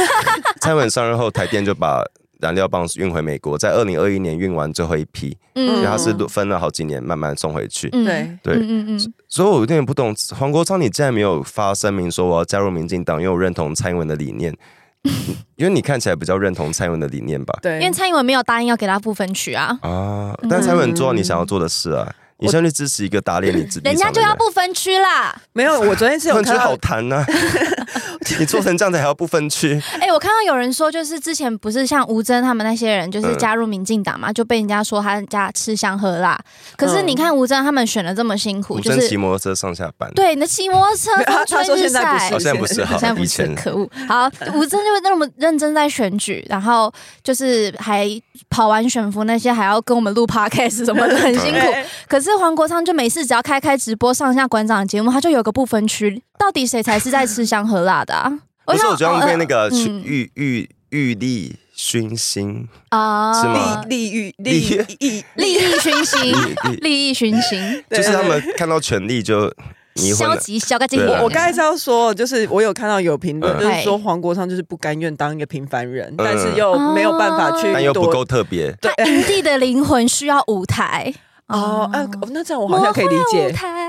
C: 蔡英文上任后，台电就把燃料棒运回美国，在二零二一年运完最后一批，因为它是分了好几年慢慢送回去。
D: 嗯
E: 对
C: 对
D: 嗯嗯嗯，
C: 所以我有点不懂，黄国昌你竟然没有发声明说我要加入民进党，因为我认同蔡英文的理念，因为你看起来比较认同蔡英文的理念吧？
E: 对，
D: 因为蔡英文没有答应要给他不分区啊，
C: 啊，但蔡英文做到你想要做的事啊，你先去支持一个打脸你自己，
D: 人家就要不分区啦。
E: 没有，我昨天 是有
C: 分区
E: 看
C: 好
E: 到，
C: 谈 呐、你做成这样子还要不分区？
D: 哎、我看到有人说，就是之前不是像吴征他们那些人，就是
C: 嗯
D: 加入民进党嘛，就被人家说他家吃香喝辣。可是你
E: 嗯
D: 看吴征他们选的这么辛苦，
C: 吴
D: 就
C: 尊骑
D: 是
C: 摩托车上下班，
D: 对，你的骑摩托车
E: 没有他
D: 风
E: 他
D: 吹
E: 说
D: 日
E: 现在
C: 哦，，现
E: 不是
D: 晒
C: 在不是
D: 现在
C: 好，
D: 不
C: 以
D: 是
C: 前，
D: 可恶。好，吴真就那么认真在选举，然后就是还跑完选服那些，还要跟我们录 podcast 什么的，很辛苦。
E: 对
D: 可是黄国昌就每次只要开开直播上下馆长的节目，他就有个不分区，到底谁才是在吃香喝辣的啊？
C: 不是我觉得他们被那个去
D: 嗯
C: 玉玉玉立熏心，是
D: 啊
C: 吗，
E: 利欲利
C: 利
E: 益
D: 利益熏心，
C: 利
D: 利益熏心，
C: 就是他们看到权力就迷昏
D: 消
C: 了。
D: 极消个精。
C: 对啊
E: 我我刚才是要说，哦就是我有看到有评论，
C: 嗯
E: 就是说黄国昌就是不甘愿当一个平凡人，但是
C: 嗯
E: 又没有办
D: 哦
E: 法去，
C: 但又不够特别，
D: 他营 地的灵魂需要舞台
E: 哦，哎、哦那这样我好像可以理
D: 魔幻舞
E: 解。
D: 台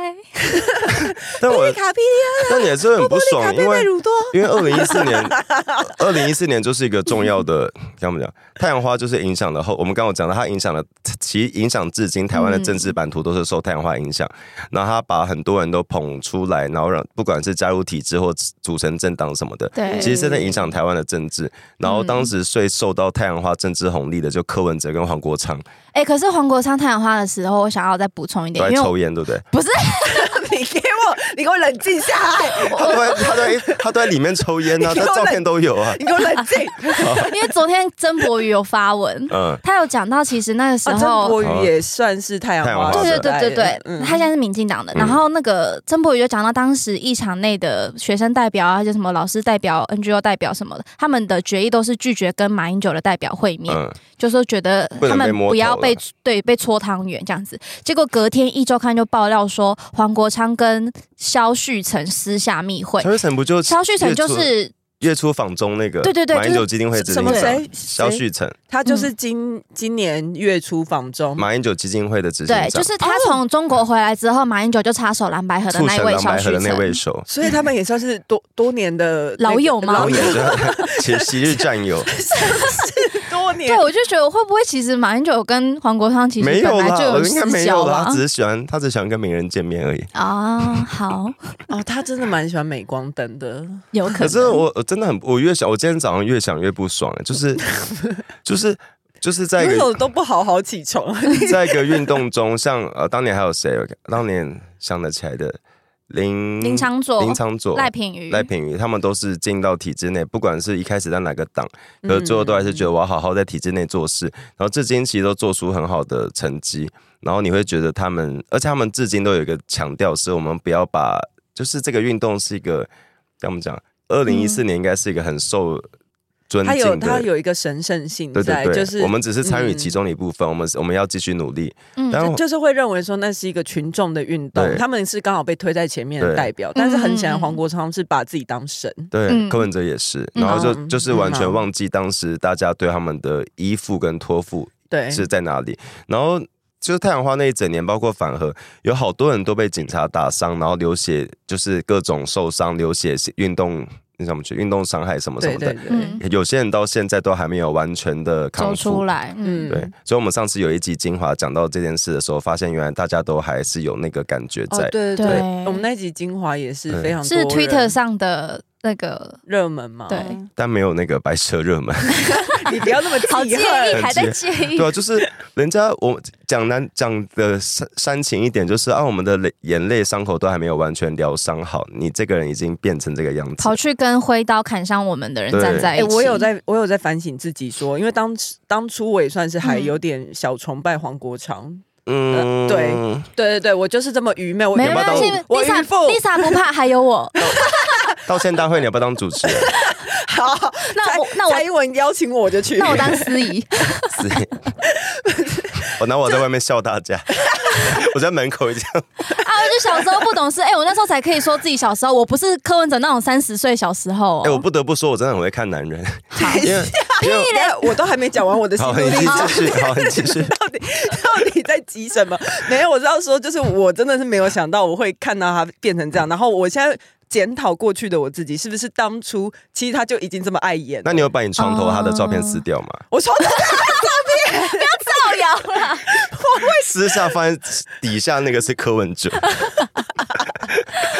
C: 但我
E: 卡比利
C: 但你还是很不爽，因为
E: 鲁多，
C: 因为二零一四年，二零一四年就是一个重要的，该怎么讲？太阳花就是影响了后，我们刚刚有讲到，它影响了，其实影响至今台湾的政
D: 嗯
C: 治版图都是受太阳花影响。然后它把很多人都捧出来，然后让不管是加入体制或组成政党什么的，
D: 对
C: 其实真的影响台湾的政治。然后
D: 嗯
C: 当时最受到太阳花政治红利的，就柯文哲跟黄国昌
D: 哎、可是黄国昌太阳花的时候，我想要再补充一
C: 都
D: 点，
C: 在
D: 因为
C: 抽
D: 我
C: 烟，对不对？
D: 不是
E: 你给我，啊你给我冷静下来，
C: 他都在他都在他都在里面抽烟 啊，
E: 你给
C: 他
E: 我
C: 照片都有啊，
E: 你给我冷静。
D: 因为昨天曾博宇有发文，
C: 嗯。
D: 他有讲到，其实那个时
E: 啊，曾
D: 候，
E: 国宇也算是太阳花
C: 太
E: 时
D: 对
C: 阳
E: 代，
D: 对对对对，他现在是民进党的。
C: 嗯
D: 然后那个曾博宇就讲到，当时一场内的学生代表啊，还有什么老师代表、NGO 代表什么的，他们的决议都是拒绝跟马英九的代表会面，
C: 嗯，
D: 就说觉得
C: 不
D: 他
C: 能被
D: 们
C: 摸
D: 不要
C: 头
D: 被
C: 了
D: 对被搓汤圆这样子。结果隔天《一周刊》就爆料说，黄国昌跟萧旭成私下密会
C: 乔。瑞成不就
D: 萧旭成
C: 月
D: 就
C: 初
D: 是
C: 月初访中那个
D: 对对对
C: 马英
D: 就是
C: 九基金会执行
E: 什么
C: 长
E: 谁
C: 萧
E: 谁
C: 旭成，
E: 他就是今今年月初访中，
C: 马英九基金会的执行
D: 对，
C: 长，
D: 就是他从中国回来之后，马英九就插手蓝白河的
C: 促
D: 那一
C: 成
D: 位
C: 蓝
D: 萧
C: 白河
D: 旭
C: 的那位
D: 成。
C: 首，
E: 所以他们也算是多多年的那个
D: 老友吗
C: 然
E: 老
C: 后
E: 友
C: 也是 其昔日战 友，
E: 多年
D: 对，我就觉得会不会其实马英九跟黄国昌其实
C: 没
D: 本
C: 有
D: 来
C: 啦
D: 就，有
C: 应该
D: 私啊
C: 没有
D: 交
C: 啦，
D: 吧
C: 他？只是喜欢，他只想跟名人见面而已。
D: 啊，好，
E: 哦，他真的蛮喜欢镁光灯的，
D: 有可
C: 可
D: 能。
C: 是我我真的很，我越想，我今天早上越想越不爽，就是 就是就是在一
E: 你为什么
C: 个
E: 都不好好起 床？
C: 在一个运动中，像呃当年还有谁，当年想得起来的林
D: 林长佐、
C: 嗯林长佐
D: 赖品
E: 嗯
D: 妤、
C: 赖品妤，他们都是进到体制内，不管是一开始在哪个党，
E: 嗯
C: 可是最后都还是觉得我要好好在体制内做事，然后至今其实都做出很好的成绩，然后你会觉得他们，而且他们至今都有一个强调，是我们不要把，就是这个运动是一个，怎么讲？二零一四年应该是一个很受尊
E: 他嗯有
C: 敬
E: 他
C: 的。
E: 有一个神圣性
C: 对
E: 在，
C: 对对，
E: 就是
C: 我们只是参与
E: 嗯
C: 其中的一部分，我们我们要继续努力。
D: 嗯
C: 但我
E: 就是会认为说那是一个群众的运动，
C: 哦对
E: 他们是刚好被推在前面的
C: 对
E: 代表，但是很显
D: 嗯嗯
E: 然
D: 嗯
E: 黄国昌是把自己当神，
C: 对，
D: 嗯
C: 柯文哲也是，
D: 嗯
C: 然后就、
E: 嗯
C: 就是完全
E: 嗯
C: 忘记当时大家对他们的依附跟托付，
E: 对，
C: 是在哪里。然后就是太阳花那一整年，包括反核，有好多人都被警察打伤，然后流血，就是各种受伤、流血、运动那什么去运动伤害什么什
E: 对
C: 么
E: 对
C: 的。
E: 对，
D: 嗯，
C: 有些人到现在都还没有完全的
D: 走
C: 康
D: 出
C: 复。
D: 来，嗯，
E: 嗯，
C: 对，所以我们上次有一集精华讲到这件事的时候，发现原来大家都还是有那个感觉
E: 哦
C: 在，。
E: 对对
D: 对
E: 对，我们那集精华也是
C: 对
E: 非常
D: 是
E: 多
D: Twitter
E: 人
D: 上的那个，
E: 热门嘛，
C: 哦
D: 对，
C: 但没有那个白蛇热门。
E: 你不要那么
D: 好
E: 记
D: 介
E: 恨，
D: 意，还在介意
C: 对，啊，就是人家我讲难讲的煽煽情一点，就是啊，我们的泪眼泪伤口都还没有完全疗伤好，你这个人已经变成这个样子
D: 跑
C: 了。
D: 去跟挥刀砍伤我们的人
C: 对
D: 站在
E: 哎、
D: 一起。
E: 我有在，我有在反省自己说，因为当时当初我也算是
D: 嗯
E: 还有点小崇拜黄国昌，
C: 嗯，
E: 呃对对对对，我就是这么愚昧，我
D: 没
E: 愚
C: 有
D: 关
E: 夫
D: 系
E: 我愚
D: ，Lisa
E: 夫，
D: Lisa 不怕，还有我。
C: 道歉大会你要不要当主持人？
E: 好，
D: 那我
E: 蔡
D: 那我
E: 蔡英文邀请我我就去，
D: 那我当司仪，
C: 哦是我拿我在外面笑大家，我在门口这样，
D: 啊，我就小时候不懂事，哎、我那时候才可以说自己小时候，我不是柯文哲那种三十岁小时候、哦。
C: 哎、我不得不说，我真的很会看男人，因 为因为
E: 等一 下我都还没讲完我的心
C: 好，
E: 路
C: 你
E: 历程。
C: 继续，好，你继续。
E: 到底到底在急什么？ 没有，我知道说，就是我真的是没有想到我会看到他变成这样。然后我现在检讨过去的我自己，是不是当初其实他就已经这么碍眼了？
C: 那你有把你床头他的照片撕掉吗？
E: 我说啊
D: 造谣啦，
C: 私下发现底下那个是柯文哲，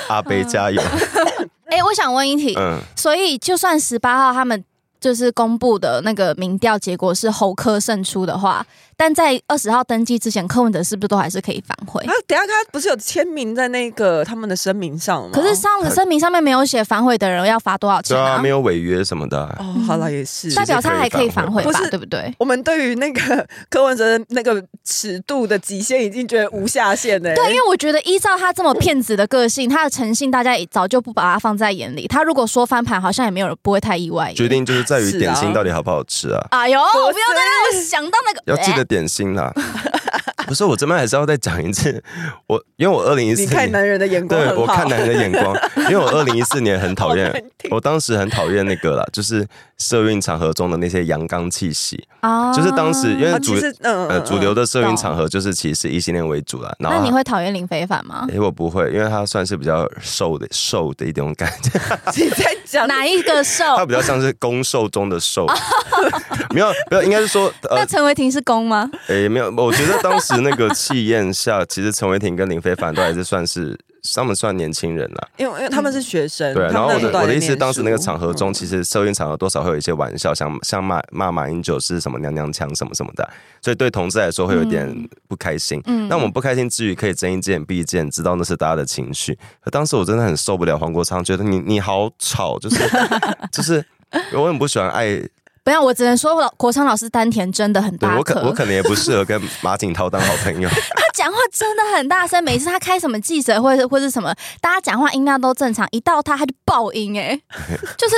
C: 阿北加油，
D: 哎、我想问一题，
C: 嗯，
D: 所以就算十八号他们就是公布的那个民调结果是侯科胜出的话，但在二十号登记之前，柯文哲是不是都还是可以反悔
E: 他？等一下他不是有签名在那个他们的声明上吗？
D: 可是上个声明上面没有写反悔的人要罚多少
C: 对
D: 钱
C: 啊，
D: 啊
C: 没？有违约什么的啊、
E: 哦，好了，也是。
D: 代表他还可以反悔
E: 不
D: 吧
E: 是，
D: 对不对？
E: 我们对于那个柯文哲的那个尺度的极限已经觉得无下限了。欸
D: 对，因为我觉得依照他这么骗子的个性，他的诚信，大家也早就不把他放在眼里。他如果说翻盘，好像也没有人不会太意外耶。
C: 决定就是在于
E: 是啊
C: 点心到底好不好吃啊，
D: 哎呦，
E: 多
D: 不要再让我想到那个。
C: 要记得点心啦。
E: 哎
C: 不是，我这边还是要再讲一次， 我因为我二零一四
E: 你看
C: 年，
E: 男人的眼光
C: 对
E: 很
C: 我
E: 好
C: 看。男人的眼 光，因为我二零一四年很讨
E: 好难
C: 厌，
E: 听
C: 我当时很讨厌那个啦，就是社运场合中的那些阳刚气息，
D: 啊
C: 就是当时因为
E: 啊
C: 主
E: 其实嗯
C: 呃主流
E: 的
C: 的社运
D: 懂
C: 场合就是其实是异性恋为主啦，然
D: 那
C: 后
D: 你会讨厌林非凡吗？
C: 诶，我不会，因为他算是比较瘦的瘦的一种感觉，
E: 你在讲
D: 哪一个 瘦？
C: 他比较像是攻受中的受， 没有没有，应该是说
D: 那
C: 呃
D: 陈伟霆是公吗？
C: 诶，没有，我觉得当时那个气焰下，其实陈伟霆跟林非凡都还是算是他们算年轻人啦，
E: 因为因为他们是学生，
C: 对啊。
E: 嗯他
C: 然后
E: 们
C: 我
E: 那时候
C: 的
E: 都还
C: 我的
E: 在
C: 意思，
E: 念
C: 当时那个
E: 书
C: 场合中，其实社运场合多少会有一些玩笑，像像骂骂马英九是什么娘娘腔什么什么的，所以对同志来说会有一点不开心。
D: 嗯
C: 那我们不开心之余，可以睁一只眼闭一只眼，知道那是大家的情绪。可当时我真的很受不了黄国昌，觉得你你好吵，就是就是。我很不喜欢爱，
D: 不要，我只能说老国昌老师丹田真的很
C: 对
D: 大
C: 我可我
D: 颗，
C: 可能也不适合 跟马景涛当好朋友。
D: 他讲话真的很大声。每次他开什么记者会或是什么，大家讲话音量都正常，一到他他就爆 音、哎，就是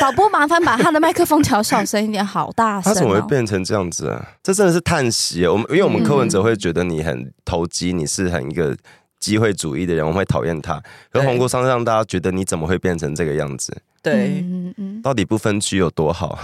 D: 导播麻烦把他的麦克风调小声一点，好大声、
C: 他
D: 哦。
C: 怎么会变成这样子啊？这真的是叹息耶。我们因为我们
D: 嗯
C: 柯文哲会觉得你很投机，你是很一个机会主义的人，我们会讨厌他。可是
E: 对
C: 黄国昌让大家觉得你怎么会变成这个样子？
E: 对，
D: 嗯嗯
C: 到底不分区有多好？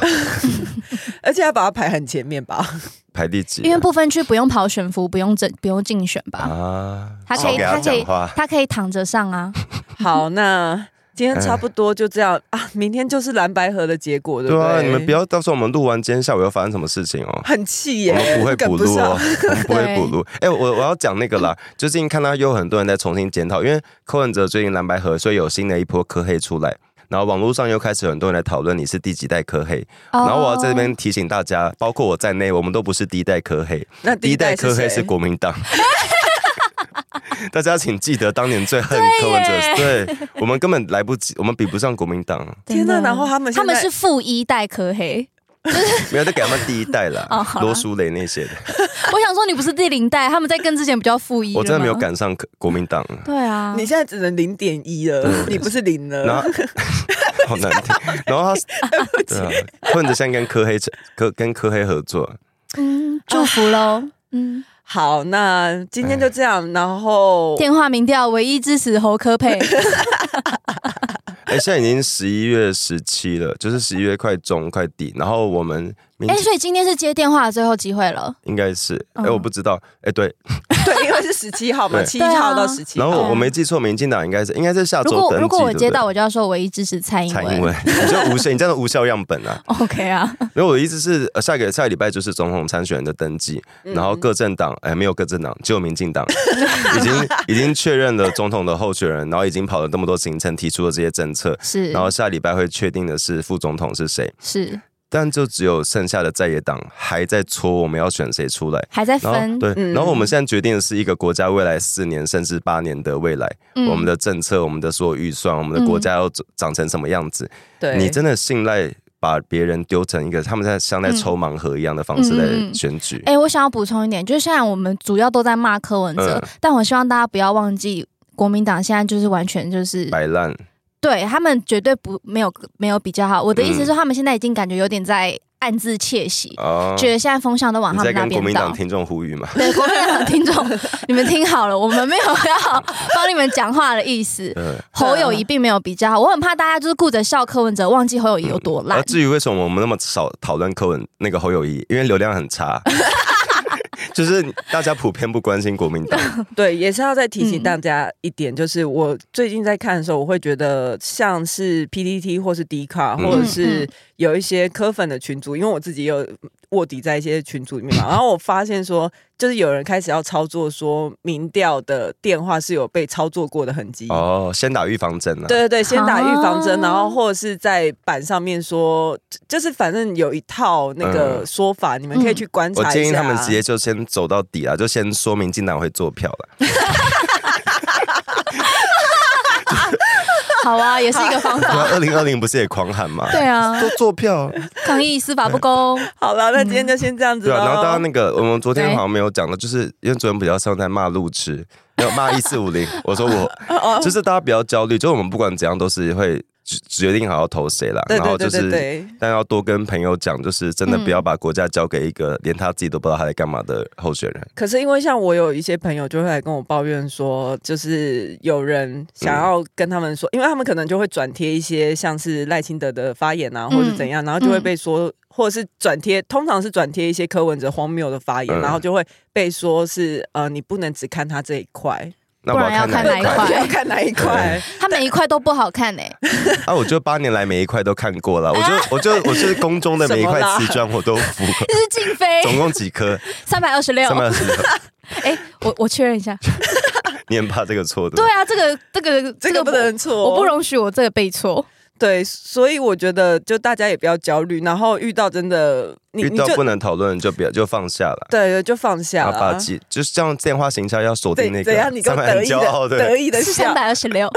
E: 而且他把它排很前面 吧？
C: 排第几啊？
D: 因为不分区不用跑选服，不用整，不用竞选吧？
C: 啊，
D: 他可以
C: 少给他
D: 他可以
C: 讲话。
D: 他可以躺着上啊。
E: 好，那今天差不多就这样啊，明天就是蓝白河的结果，对
C: 对
E: 不对？
C: 啊，你们不要到时候我们录完今天下午又发生什么事情哦。
E: 很气
C: 我
E: 耶，
C: 们不会补
E: 跟不
C: 录哦
E: 上，
C: 我们不会补录。哎、我我要讲那个啦，最近看到有很多人在重新检讨，因为柯文哲最近蓝白合，所以有新的一波柯黑出来。然后网络上又开始很多人来讨论你是第几代柯黑，
D: 哦
C: 然
E: 哦
C: 后我要在这边提醒大家，包括我在内，我们都不是第一代柯黑，
E: 那
C: 第一代
E: 是
C: 柯黑
E: 谁
C: 是国民党。大家请记得当年最恨柯文哲，对我们根本来不及，我们比不上国民党，
E: 天
D: 哪，
E: 哪！然后他们
D: 他
E: 现在
D: 们是负一代科黑。
C: 没有再给他们第一代啦
D: 哦好，啦
C: 罗淑蕾那些的，
D: 我想说你不是第零代，他们在跟之前比较负一。
C: 我真的没有。赶上柯国民党。
D: 对啊，
E: 你现在只能零点一了，你不是零
C: 然
E: 了。
C: 后好难听，然后他对啊，混着像跟柯黑柯跟柯黑合作，
D: 嗯，祝福喽。嗯，
E: 好，那今天就这样，然后
D: 电话民调唯一支持侯科佩，
C: 嗯哎、现在已经十一月十七了，就是十一月快中快底，然后我们明
D: 哎、所以今天是接电话的最后机会了。
C: 应该是哎、
D: 嗯
C: 我不知道哎、对，
E: 对，因为是十七号嘛，
C: 对
E: 七号到十七
C: 然后
E: 号
C: 我我没记错，民进党应该是应该是下
D: 嗯如
C: 周
D: 果
C: 登记，
D: 如果我接到，
C: 对
D: 我就要说唯一支持蔡
C: 不
D: 英
C: 对
D: 文。
C: 蔡英文，你就无效，你这样的无效样本啊。
D: OK 啊，
C: 因为我的意思是，呃、下个下个礼拜就是总统参选人的登记，
D: 嗯
C: 然后各政党，哎、没有各政党，只有民进党 已经已经确认了总统的候选人，然后已经跑了那么多行程，提出了这些政策，
D: 是
C: 然后下礼拜会确定的是副总统是谁，
D: 是
C: 但就只有剩下的在野党还在搓我们要选谁出来。
D: 还在
C: 然后
D: 分。
C: 对，
E: 嗯
C: 然后我们现在决定的是一个国家未来四年甚至八年的未来，
D: 嗯
C: 我们的政策、我们的所有预算、我们的国家要长成什么样子。
E: 对，
C: 你真的信赖把别人丢成一个他们在像在抽盲盒一样的方式
D: 嗯嗯
C: 在
D: 嗯
C: 选举。
D: 哎、我想要补充一点，就是虽然我们主要都在骂柯文哲，
C: 嗯
D: 但我希望大家不要忘记，国民党现在就是完全就是
C: 摆烂，嗯
D: 对他们绝对不没有没有比较好。我的意思是说，他们现在已经感觉有点在暗自窃喜，
C: 啊
D: 觉得现在风向都往
C: 你
D: 他
C: 在
D: 们那
C: 跟国
D: 边
C: 民党
D: 倒。
C: 听众呼吁 嘛？
D: 对，国民党听众，你们听好了，我们没有要帮你们讲话的意思。
C: 对。
D: 侯友谊并没有比较好，我很怕大家就是顾着笑柯文哲，忘记侯友谊有多烂
C: 而。啊至于为什么我们那么少讨论柯文那个侯友谊，因为流量很 差，就是大家普遍不关心国民 党。
E: 对，也是要再提醒
D: 嗯
E: 大家一点，就是我最近在看的时候，我会觉得像是 PPT 或是 D 卡，
C: 嗯
E: 或者是
D: 嗯
E: 有一些科粉的群组，因为我自己也有卧底在一些群组里面嘛，然后我发现说，就是有人开始要操作说民调的电话是有被操作过的痕迹。
C: 哦，先打预防针啊。
E: 对对对，先打预防针，
D: 啊
E: 然后或者是在板上面说，就是反正有一套那个
C: 嗯
E: 说法，你们可以去观察
C: 我
E: 一下。
C: 建议他们直接就先走到底啊，就先说明进党会做票 了。
D: 好啊，也是一个方
C: 对啊
D: 法。，
C: 二零二零不是也狂喊吗？
D: 对啊，
C: 都做票，
D: 抗议司法不公。
C: 嗯
E: 好了，那今天就先这样子
C: 对
E: 喽。
C: 啊。然后大家那个，我们昨天好像没有讲到， 就是因为昨天比较像在骂路痴，没有骂一四 五零。我说
E: 哦
C: 我，就是大家不要焦虑，就是我们不管怎样都是会决决定好要投谁啦。
E: 对
C: 然
E: 对
C: 后就
E: 对对嗯
C: 是，
E: 对。
C: 但要多跟朋友讲，就是真的不要把国家交给一个连他自己都不知道他在干嘛的候选人。
E: 可是因为像我有一些朋友就会来跟我抱怨说，就是有人想要跟他们说，因为他们可能就会转贴一些像是赖清德的发言啊，
D: 嗯
E: 或是怎样，然后就会被说，或者是转贴，通常是转贴一些柯文哲荒谬的发言，
C: 嗯
E: 然后就会被说是呃，你不能只看他这一块，
C: 那我
D: 不然要
C: 看
D: 看
C: 哪
D: 哪一块
E: 你要看哪一块。
D: 他每一块都不好看哎、
C: 啊，我就八年来每一块都看过 了，我就我就我是宫中的每一块
E: 什么啦
C: 瓷砖我都服过，
D: 这是静妃
C: 总共几 颗？
D: 三百二十六
C: 三。百二十六，
D: 哎，我我确认一下，
C: 你很怕这个错的。
D: 对啊，这个这个
E: 这个不能错，
D: 我，我不容许我这个被错。
E: 对，所以我觉得就大家也不要焦虑，然后遇到真的你
C: 遇
E: 你
C: 到
E: 就
C: 不能讨论就不要就放下了。
E: 对对就放下
C: 然后把
E: 了。
C: 几就是这样电话行销要锁定那个，
E: 怎怎样？你
C: 他
E: 更
C: 们
E: 得
C: 很
E: 意
C: 骄傲
E: 的
C: 对。
E: 得意的
D: 是三
E: 笑，
D: 百二十六，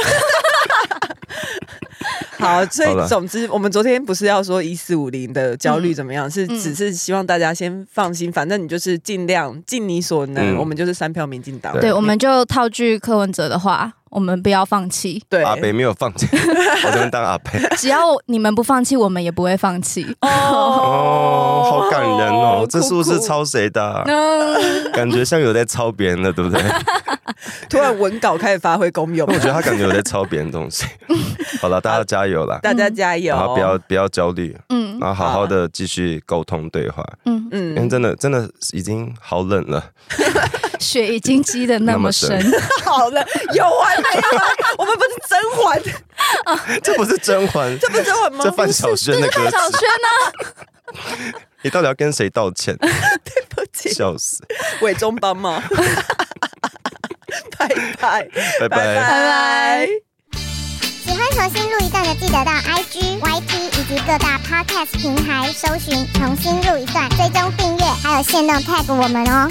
E: 好，所
C: 好了
E: 以总之，我们昨天不是要说一四五零的焦虑怎么样，是
D: 嗯
E: 只是希望大家先放心，反正你就是尽量尽你所能，
C: 嗯
E: 我们就是三票民进党，
C: 对
D: 对，我们就套句柯文哲的话，我们不要 放弃，
E: 对。
C: 阿北没有 放弃，我能当阿北
D: 只要你们不放弃，我们也不会放弃。
C: 哦，好感人哦！这是不是
E: 酷酷
C: 抄谁的 啊、
D: 嗯，
C: 感觉像有在抄别人的，对不 对？
E: 突然文稿开始发挥功用
C: 我？觉得他感觉有在抄别人的东 西。好了，大家加油啦！
E: 大家加油啊
C: 然啊后！不要不要焦虑，
D: 嗯
C: 然后好好的继续沟通对话，
D: 嗯，
C: 因为
E: 嗯，
C: 真的真的已经好冷 了。
D: 血已经积得那么深
C: 那，
E: 好了，有完没完？我们不是甄 嬛，
C: 这不是甄嬛，
E: 这不是甄嬛吗
C: 这？范晓萱的歌
D: 范晓
C: 词，
D: 萱呢？
E: 啊
C: 你到底要跟谁道 歉？
E: 不起
C: 笑死！
E: 伪中 帮吗？拜拜
C: 拜
E: 拜
C: 拜。
E: 拜。
G: 喜欢重新录一段的，记得到 IG、YT 以及各大 Podcast 平台搜寻“重新录一段”，追踪订阅，还有限定 tag 我们哦。